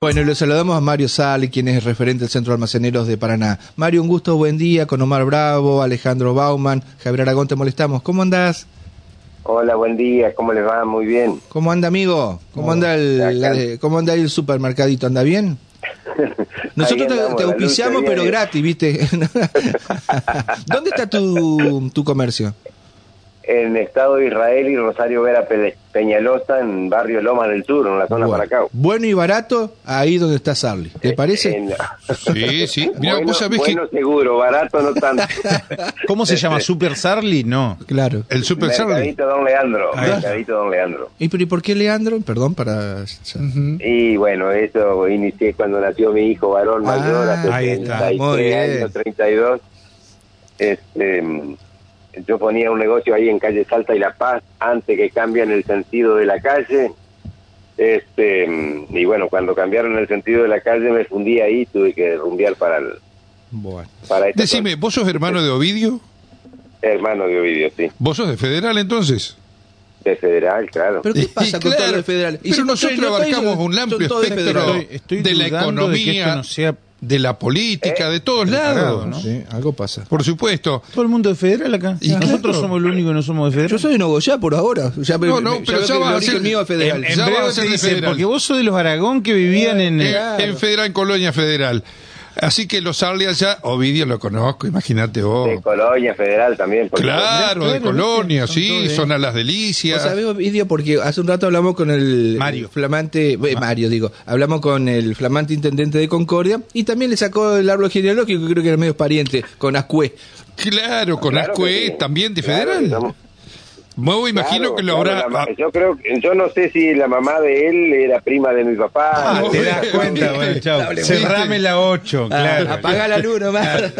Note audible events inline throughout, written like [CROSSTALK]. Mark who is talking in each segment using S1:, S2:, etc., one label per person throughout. S1: Bueno, y le saludamos a Mario Sale, quien es referente del Centro de Almaceneros de Paraná. Mario, un gusto, buen día, con Omar Bravo, Alejandro Bauman, Javier Aragón, te molestamos. ¿Cómo andás?
S2: Hola, buen día, ¿cómo les va? Muy bien.
S1: ¿Cómo anda, amigo? ¿Cómo, anda el,
S2: acá.
S1: la- cómo anda el supermercadito? ¿Anda bien? Nosotros
S2: Ahí
S1: te-
S2: andamos,
S1: te,
S2: la lucha
S1: auspiciamos,
S2: viene.
S1: pero gratis, ¿viste? [LAUGHS] ¿Dónde está tu, tu comercio?
S2: En Estado de Israel y Rosario Vera Pe- Peñalosa, en barrio Lomas del Sur, en la zona
S1: bueno,
S2: Paracao.
S1: bueno y barato, ahí donde está Sarli. ¿Te parece?
S2: En-
S3: Sí, sí. Mira,
S2: bueno,
S3: vos sabés
S2: bueno seguro, barato
S1: [LAUGHS]
S2: no tanto.
S4: ¿Cómo se llama? ¿Super Sarli? No.
S1: Claro.
S3: que el Super Sarli.
S2: Mercadito Don Leandro,
S1: Ah.
S3: Ahí está.
S2: Mercadito Don Leandro.
S1: ¿Y, pero, ¿y por qué Leandro? Perdón para...
S2: Y bueno, eso inicié cuando nació mi hijo varón
S1: Ah,
S2: mayor, hace
S4: ahí está,
S2: 33
S1: muy bien.
S2: años, 32. Este, mm, yo ponía un negocio ahí en calle Salta y La Paz antes que cambian el sentido de la calle. Este, mm, y bueno, cuando cambiaron el sentido de la calle me fundí ahí, tuve que rumbear para el,
S1: Bueno.
S2: para esta
S3: Decime, ¿vos sos hermano de Ovidio?
S2: zona. hermano de Ovidio, sí,
S3: ¿Vos sos de Federal entonces?
S2: de federal, claro.
S1: ¿Pero qué pasa
S3: Y
S1: con
S3: claro,
S1: todos los federales? Y
S3: pero
S1: si no
S3: nosotros
S1: estoy- no estoy-
S3: abarcamos un
S1: son
S3: amplio
S1: todos
S3: espectro
S1: federales.
S4: Estoy- estoy
S3: de la
S4: dudando de que
S3: economía, de,
S4: esto no sea-
S3: la
S2: Eh,
S3: política, de todos lados.
S4: preparado, ¿no?
S1: Sí, algo pasa.
S3: Por supuesto.
S4: Todo el mundo de federal acá.
S3: Y
S4: Nosotros
S3: claro.
S4: somos los únicos que no somos de
S1: Yo
S4: federal.
S1: soy de Nogoyá por ahora. Ya me-
S3: No, no,
S1: me- ya
S3: pero
S1: veo
S3: ya
S1: que
S3: va
S1: el
S3: a
S1: origen
S3: ser-
S1: mío es federal.
S3: en- en- Ya
S4: breve
S3: vas a ser
S4: te
S3: de
S4: dicen,
S3: federal.
S4: porque vos sos de los Aragón que vivían en... Ah,
S3: Eh, En Federal, en Colonia Federal. Así que los Sarli allá, Ovidio lo conozco, imagínate vos.
S2: De Colonia, federal también. por
S3: Claro, de
S4: Claro,
S3: Colonia,
S4: son
S3: sí,
S4: todos de-
S3: son a las delicias.
S1: Vos sabés, Ovidio, porque hace un rato hablamos con el
S4: Mario.
S1: el flamante, eh,
S3: Ah.
S1: Mario digo, hablamos con el flamante intendente de Concordia y también le sacó el árbol genealógico, que creo que era medio pariente, con Ascué.
S3: Claro, con
S2: Claro
S3: Ascue,
S2: que sí.
S3: también de
S2: Claro
S3: Federal.
S2: que somos-
S3: Me imagino
S2: Claro,
S3: que lo
S2: claro,
S3: habrá... ah.
S2: la ma- yo creo, que- yo no sé si la mamá de él era prima de mi papá.
S3: Ah,
S2: no
S4: te
S2: sé,
S4: das
S2: la- [LAUGHS]
S4: cuenta, bueno, chao.
S3: Dale,
S4: Cerrame
S3: viste. Ah,
S4: la 8, claro.
S1: Ah, Apaga la luz nomás.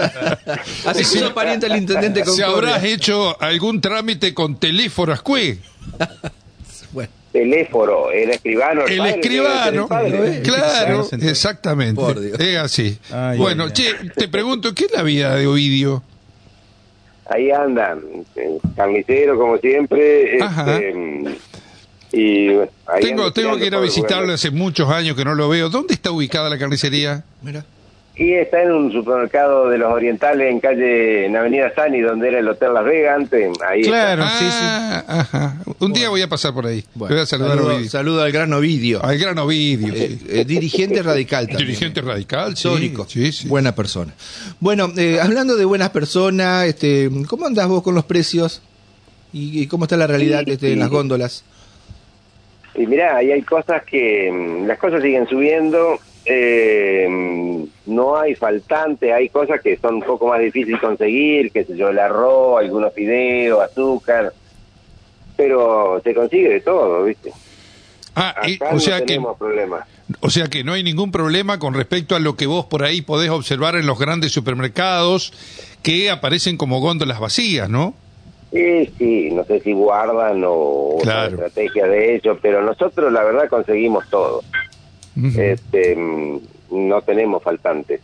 S1: Así que sos pariente el intendente de
S3: Si habrás
S1: Concordia.
S3: hecho algún trámite con teléfono Ascue.
S1: Bueno,
S2: Teléfono, el escribano.
S3: El
S2: padre,
S3: escribano,
S2: el padre.
S3: claro,
S4: Claro,
S3: exactamente,
S1: Por Dios.
S3: es así.
S4: Ay,
S3: bueno,
S4: ay, ay.
S3: che, te pregunto, ¿qué es la vida de Ovidio?
S2: Ahí andan, eh, carnicero como siempre. este,
S3: Ajá.
S2: y bueno, ahí
S3: Tengo,
S2: ando
S3: tengo que ir a
S2: tirando por el
S3: visitarlo
S2: pueblo.
S3: hace muchos años que no lo veo. ¿Dónde está ubicada la carnicería?
S1: mira.
S2: Y está en un supermercado de los orientales en calle, en Avenida Sani, donde era el Hotel Las Vegas antes. Ahí está.
S4: Claro, sí, sí.
S3: Ah, ajá. Un día voy a pasar por ahí.
S1: Bueno,
S3: voy a saludar a
S1: saludo,
S3: Ovidio.
S1: saludo al gran Ovidio,
S3: Al gran Ovidio.
S1: eh, eh, dirigente radical también. eh.
S3: Dirigente radical, sí,
S1: histórico,
S3: sí, sí.
S1: buena persona. Bueno, eh, hablando de buenas personas, este, ¿cómo andás vos con los precios? ¿Y, y cómo está la realidad
S2: Sí,
S1: este, en las
S2: sí.
S1: góndolas?
S2: Y mirá, ahí hay cosas que mm, las cosas siguen subiendo, eh, mm, no hay faltante, hay cosas que son un poco más difíciles conseguir, qué sé yo, el arroz, algunos fideos, azúcar, pero se consigue de todo, ¿viste?
S3: Ah,
S2: Acá
S3: y-
S2: no
S3: o, sea que,
S2: tenemos problemas.
S3: o sea que no hay ningún problema con respecto a lo que vos por ahí podés observar en los grandes supermercados que aparecen como góndolas vacías, ¿no?
S2: Sí, sí, no sé si guardan o o
S3: Claro.
S2: la estrategia de ellos, pero nosotros la verdad conseguimos todo. Este, mm, no tenemos faltantes.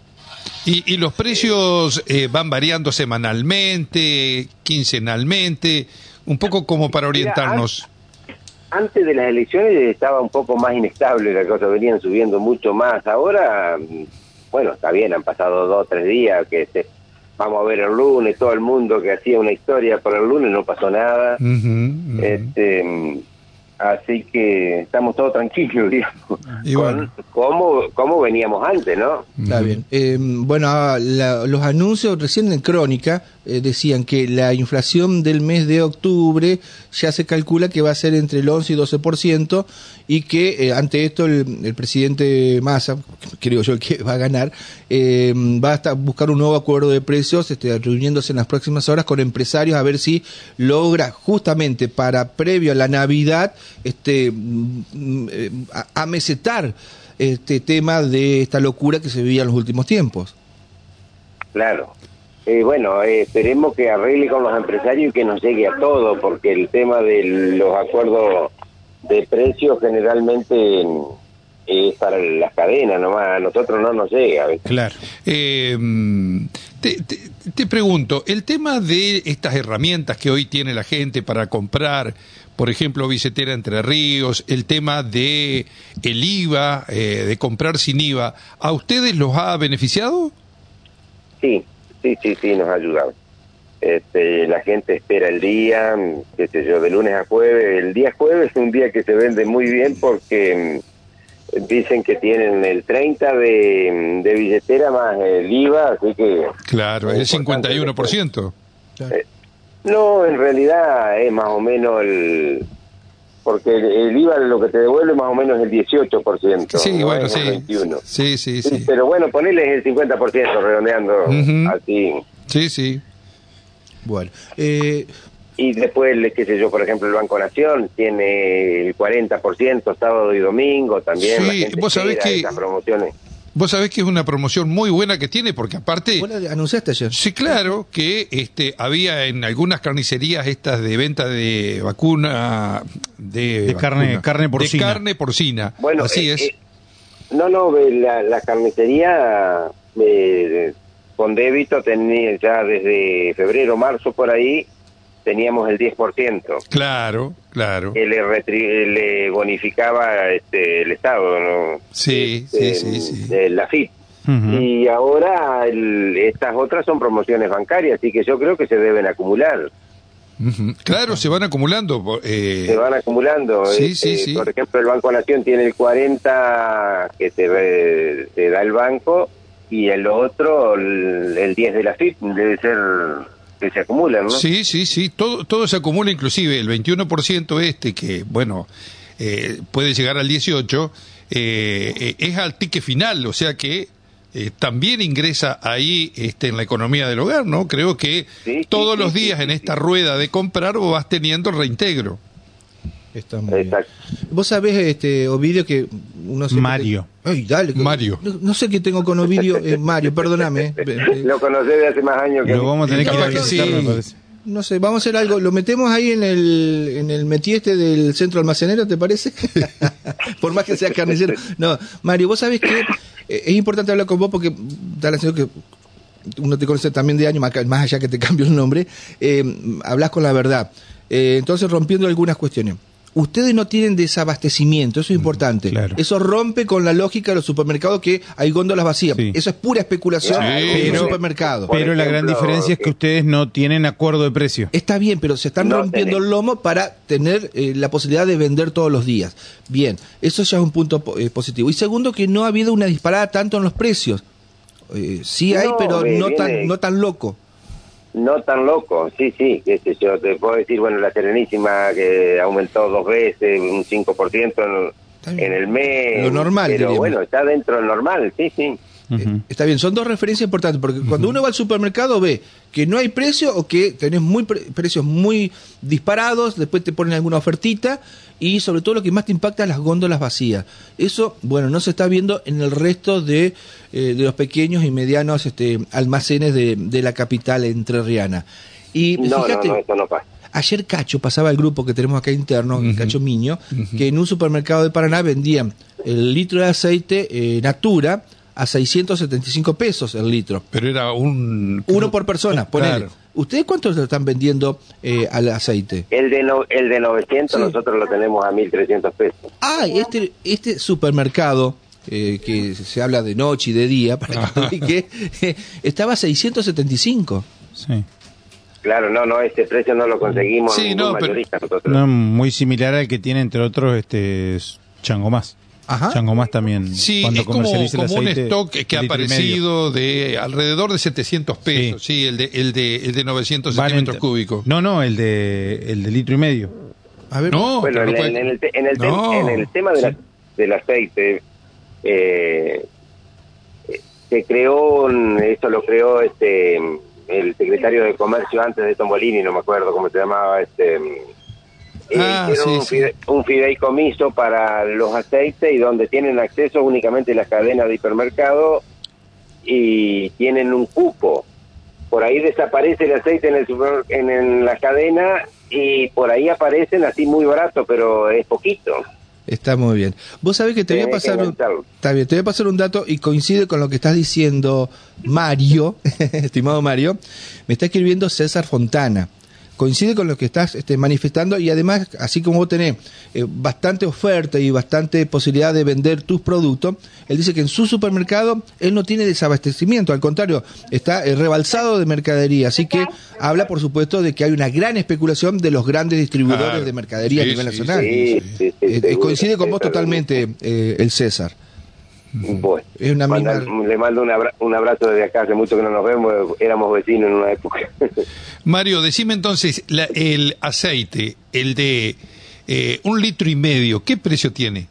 S3: Y, y los precios eh, van variando semanalmente, quincenalmente, un poco como para
S2: Mira,
S3: orientarnos.
S2: Antes de las elecciones estaba un poco más inestable la cosa, venían subiendo mucho más. Ahora, mm, bueno, está bien, han pasado dos o tres días que se- vamos a ver el lunes, todo el mundo que hacía una historia para el lunes, no pasó nada.
S3: Ujú, ujú.
S2: Este, mm, así que estamos todos tranquilos, [LAUGHS] digamos.
S3: Y bueno.
S2: ¿Cómo, cómo veníamos antes, no?
S1: Está bien. Eh, bueno, ah, la- los anuncios recién en Crónica eh, decían que la inflación del mes de octubre ya se calcula que va a ser entre el 11 y 12% y que eh, ante esto el, el presidente Massa, creo yo que va a ganar, eh, va a estar- buscar un nuevo acuerdo de precios, este, reuniéndose en las próximas horas con empresarios a ver si logra justamente para previo a la Navidad este, mm, mm, eh, a- amesetar este tema de esta locura que se vivía en los últimos tiempos.
S2: Claro. Eh, bueno, eh, esperemos que arregle con los empresarios y que nos llegue a todo, porque el tema de los acuerdos de precios generalmente mm, es para las cadenas nomás, a nosotros no nos llega. ¿ves?
S4: Claro.
S3: Eh, te, te- te pregunto, el tema de estas herramientas que hoy tiene la gente para comprar, por ejemplo, Bicetera Entre Ríos, el tema de el IVA, eh, de comprar sin IVA, ¿a ustedes los ha beneficiado?
S2: Sí, sí, sí, sí, nos ha ayudado. Este, la gente espera el día, mm, qué sé yo, de lunes a jueves. El día jueves es un día que se vende muy bien porque mm, dicen que tienen el 30 de, de billetera más el IVA, así que...
S3: Claro,
S2: es
S3: el
S2: importante
S3: 51%.
S2: No, en realidad es más o menos el... Porque el, el IVA lo que te devuelve más o menos es el 18%.
S3: Sí,
S2: no
S3: bueno,
S2: es
S3: sí.
S2: el 21.
S3: Sí, sí,
S2: Sí,
S3: sí.
S2: pero bueno, ponele el 50% redondeando
S3: Ujú.
S2: así.
S3: Sí, sí.
S1: Bueno, eh,
S2: Y después, le- qué sé yo, por ejemplo, el Banco Nación tiene el 40% sábado y domingo también.
S3: Sí,
S2: la gente
S3: vos sabés
S2: espera
S3: que-
S2: Esas promociones.
S3: Vos sabés que es una promoción muy buena que tiene, porque aparte...
S1: vos la anunciaste ayer.
S3: Sí, claro, que este, había en algunas carnicerías estas de venta de vacuna, de,
S4: De carne-
S3: vacuna,
S4: carne porcina.
S3: De carne porcina.
S2: Bueno,
S3: así
S2: eh,
S3: es.
S2: eh, no, no, eh, la, la carnicería eh, con débito tenía ya desde febrero, marzo por ahí, teníamos el 10%
S3: claro, claro.
S2: que le, retri- le bonificaba este, el Estado, ¿no?
S3: Sí, sí,
S2: Este,
S3: sí, sí.
S2: de la FIP.
S4: Ujú.
S2: Y ahora el- estas otras son promociones bancarias, así que yo creo que se deben acumular.
S3: Ujú. Claro, se van acumulando. po- eh,
S2: eh, se van acumulando.
S3: Sí,
S2: Este,
S3: sí, sí.
S2: Por ejemplo, el Banco Nación tiene el 40 que te, re- te da el banco y el otro, el, el 10 de la FIP, debe ser que se acumulan, ¿no?
S3: Sí, sí, sí, todo, todo se acumula, inclusive el 21% este, que bueno, eh, puede llegar al 18%, eh, eh, es al ticket final, o sea que eh, también ingresa ahí este, en la economía del hogar, ¿no? Creo que
S2: Sí, sí,
S3: todos
S2: sí,
S3: los
S2: sí,
S3: días
S2: sí,
S3: en
S2: sí.
S3: esta rueda de comprar vos vas teniendo reintegro.
S1: Está muy bien.
S2: Exacto.
S1: Vos sabés, este, Ovidio, que uno siempre-
S4: Mario.
S1: Ay, dale. que-
S3: Mario.
S1: No, no sé qué tengo con Ovidio. eh, Mario, perdóname. eh, eh,
S2: Lo conocés de hace más años que
S4: Lo vamos a tener que ir a
S3: Capaz que
S4: visitar,
S3: sí.
S4: me parece.
S1: No sé, vamos a hacer algo. Lo metemos ahí en el, en el metieste del centro almacenero, ¿te parece? [LAUGHS] Por más que sea carnicero. No, Mario, vos sabés que eh, es importante hablar con vos porque da la sensación que uno te conoce también de años, más acá- más allá que te cambio el nombre. Eh, hablas con la verdad. Eh, entonces, rompiendo algunas cuestiones. Ustedes no tienen desabastecimiento, eso es importante.
S4: Mm, claro.
S1: Eso rompe con la lógica de los supermercados que hay góndolas vacías.
S4: Sí.
S1: Eso es pura especulación
S2: Sí,
S1: en un
S4: pero-
S1: supermercado.
S2: Por
S4: Pero la gran
S2: ejemplo, eh,
S4: diferencia es que
S2: que-
S4: ustedes no tienen acuerdo de precio.
S1: Está bien, pero se están
S2: No
S1: rompiendo
S2: tenés.
S1: el lomo para tener eh, la posibilidad de vender todos los días. Bien, eso ya es un punto po- eh, positivo. Y segundo, que no ha habido una disparada tanto en los precios. Eh, sí hay,
S2: No,
S1: pero
S2: eh,
S1: no tan,
S2: viene-
S1: no tan loco.
S2: No tan loco, sí, sí, qué sé yo, te puedo decir, bueno, la Serenísima que aumentó dos veces, un 5%
S1: Está
S2: en,
S1: bien.
S2: en el mes.
S1: Lo normal,
S2: Pero
S1: diríamos.
S2: bueno, está dentro del normal, sí, sí.
S1: Eh, está bien, son dos referencias importantes, porque cuando uno va al supermercado ve que no hay precio o que tenés muy pre- precios muy disparados, después te ponen alguna ofertita y sobre todo lo que más te impacta las góndolas vacías. Eso, bueno, no se está viendo en el resto de, eh, de los pequeños y medianos este, almacenes de, de la capital entrerriana. Y
S2: No,
S1: fíjate,
S2: no, no, eso no pasa.
S1: Ayer Cacho pasaba el grupo que tenemos acá interno, Cacho Miño, que en un supermercado de Paraná vendían el litro de aceite eh, Natura a 675 pesos el litro.
S3: Pero era un...
S1: Uno por persona, ponele.
S3: Claro.
S1: ¿Ustedes cuántos lo están vendiendo eh, al aceite?
S2: El de, no- el de 900
S1: Sí.
S2: nosotros lo tenemos a 1.300 pesos.
S1: Ah, y este, este supermercado, eh, que se habla de noche y de día, para que, [LAUGHS] explique, eh, estaba a 675.
S4: Sí.
S2: Claro, no, no, este precio no lo conseguimos
S3: Sí,
S2: ningún
S3: no, pero-
S2: mayorista nosotros.
S4: No, muy similar al que tiene, entre otros, este s- Changomás.
S1: Ajá.
S4: Changomás también.
S3: Sí,
S4: cuando
S3: es como,
S4: comercializa el
S3: como un
S4: aceite,
S3: stock que ha
S4: litro y medio.
S3: aparecido de alrededor de 700 pesos, sí, el, de, el, de, el de 900
S4: Van
S3: centímetros
S4: entre-
S3: cúbicos.
S4: No, no, el de, el de litro y medio.
S1: A ver,
S3: No,
S2: Bueno,
S3: pero
S2: en,
S3: no puede-
S2: en- en el, te- en el tem-
S3: No.
S2: en el tema de la-
S3: Sí.
S2: del aceite, eh, eh, se creó, un- esto lo creó este el secretario de Comercio antes de Tombolini, no me acuerdo cómo se llamaba, este eh,
S3: Ah,
S2: hicieron
S3: sí,
S2: un,
S3: sí.
S2: fide- un fideicomiso para los aceites y donde tienen acceso únicamente las cadenas de hipermercado y tienen un cupo. Por ahí desaparece el aceite en, el super- en, en la cadena y por ahí aparecen así muy barato, pero es poquito.
S1: Está muy bien. Vos sabés que te voy a
S2: Tenés que
S1: pasar un,
S2: aumentarlo.
S1: está bien, te voy a pasar un dato y coincide con lo que estás [LAUGHS] diciendo Mario, estimado Mario. Me está escribiendo César Fontana. coincide con lo que estás este, manifestando y además, así como vos tenés eh, bastante oferta y bastante posibilidad de vender tus productos, él dice que en su supermercado él no tiene desabastecimiento, al contrario, está eh, rebalsado de mercadería, así que habla por supuesto de que hay una gran especulación de los grandes distribuidores
S3: Claro.
S1: de mercadería a
S3: Sí,
S1: nivel
S3: sí,
S1: nacional.
S2: Sí, sí, sí,
S1: Eh, eh,
S2: seguro.
S1: coincide con vos
S2: Está bien.
S1: totalmente eh, el César.
S2: Bueno,
S1: Es una
S2: manda-
S1: misma-
S2: le mando un, abra- un abrazo desde acá, hace mucho que no nos vemos, éramos vecinos en una época. [LAUGHS]
S3: Mario, decime entonces, la- el aceite, el de eh, un litro y medio, ¿qué precio tiene?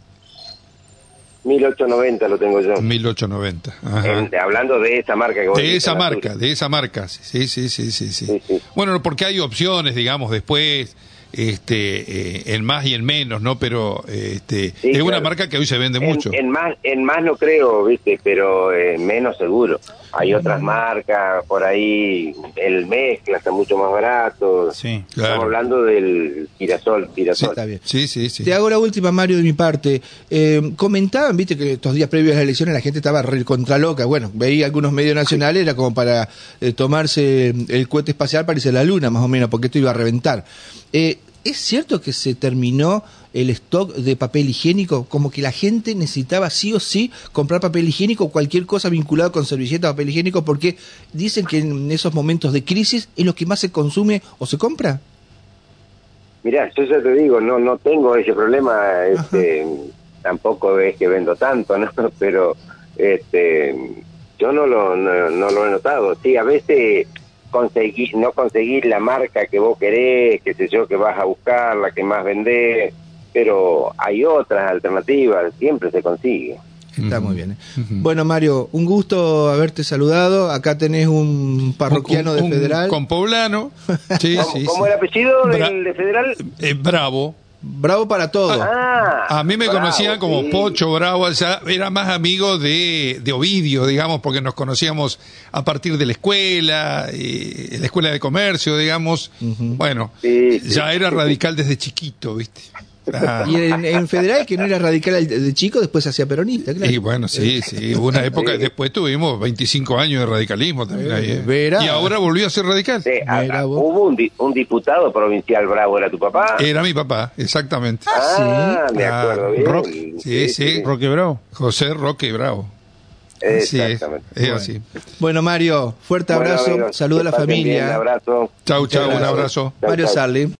S2: 1890 lo tengo yo.
S3: 1890. Ajá.
S2: En- hablando de esa marca que vos
S3: ah, De
S2: decís,
S3: esa
S2: la
S3: marca,
S2: tuya.
S3: de esa marca, sí, sí, sí, sí, sí.
S2: Sí, sí.
S3: Bueno, porque hay opciones, digamos, después, este, eh, en más y en menos, ¿no? Pero este,
S2: Sí,
S3: es una
S2: claro.
S3: marca que hoy se vende
S2: En-
S3: mucho.
S2: En, más, en más no creo, viste, pero eh, menos seguro. Hay otras marcas por ahí, el mezcla está mucho más barato.
S4: Sí,
S3: claro.
S2: Estamos hablando del girasol,
S1: Sí,
S2: girasol.
S1: está bien.
S3: Sí, sí, sí.
S1: Te hago la última, Mario, de mi parte. Eh, comentaban, viste, que estos días previos a las elecciones la gente estaba re contra loca. Bueno, veía algunos medios nacionales, era como para eh, tomarse el cohete espacial para irse a la luna, más o menos, porque esto iba a reventar. Eh, ¿Es cierto que se terminó el stock de papel higiénico? Como que la gente necesitaba sí o sí comprar papel higiénico, cualquier cosa vinculada con servilleta papel higiénico, porque dicen que en esos momentos de crisis es lo que más se consume o se compra.
S2: Mirá, yo ya te digo, no no tengo ese problema, este, tampoco es que vendo tanto, [LAUGHS] ¿no? Pero este, yo no lo, no, no lo he notado. Sí, a veces conseguí, no conseguir la marca que vos querés, que sé yo, que vas a buscar, la que más vendés, pero hay otras alternativas, siempre se consigue.
S1: Está
S3: Ujú.
S1: muy bien. ¿eh? Bueno, Mario, un gusto haberte saludado. Acá tenés un parroquiano
S3: Un-
S1: de
S3: un
S1: Federal.
S3: Con poblano. Sí,
S2: ¿Cómo,
S3: sí,
S2: cómo
S3: sí.
S2: el apellido
S3: Bra-
S2: del de Federal?
S3: Eh, bravo.
S1: Bravo para todo.
S2: Ah,
S3: A mí me
S2: bravo,
S3: conocían como
S2: sí.
S3: Pocho Bravo, o sea, era más amigo de, de Ovidio, digamos, porque nos conocíamos a partir de la escuela, eh, la escuela de comercio, digamos. Bueno,
S2: Sí, sí.
S3: ya era radical desde chiquito, ¿viste?
S2: [LAUGHS]
S3: Ah,
S1: Y en, en Federal, que no era radical al- de chico, después se hacía peronista, claro.
S3: y bueno, sí, sí, hubo una época, después tuvimos 25 años de radicalismo también ahí. ¿eh?
S1: Verá.
S3: Y ahora volvió a ser radical.
S2: Sí, a-
S1: Mira
S2: a-
S1: vos.
S2: hubo un, di- un diputado provincial bravo, ¿era tu papá?
S3: Era mi papá, exactamente.
S2: Ah, me acuerdo
S3: Ah,
S2: bien.
S3: Rock. Sí, sí.
S4: Roque Bravo.
S3: José Roque Bravo. Así es,
S2: Exactamente.
S3: es así.
S1: Bueno, Mario, fuerte
S2: Bueno,
S1: abrazo.
S2: amigos,
S1: Saluda a la
S2: que pasen bien,
S1: familia.
S2: abrazo.
S3: Chau, chau, un
S1: gracias.
S3: abrazo.
S2: Chau,
S1: Mario
S2: chau.
S1: Sarli.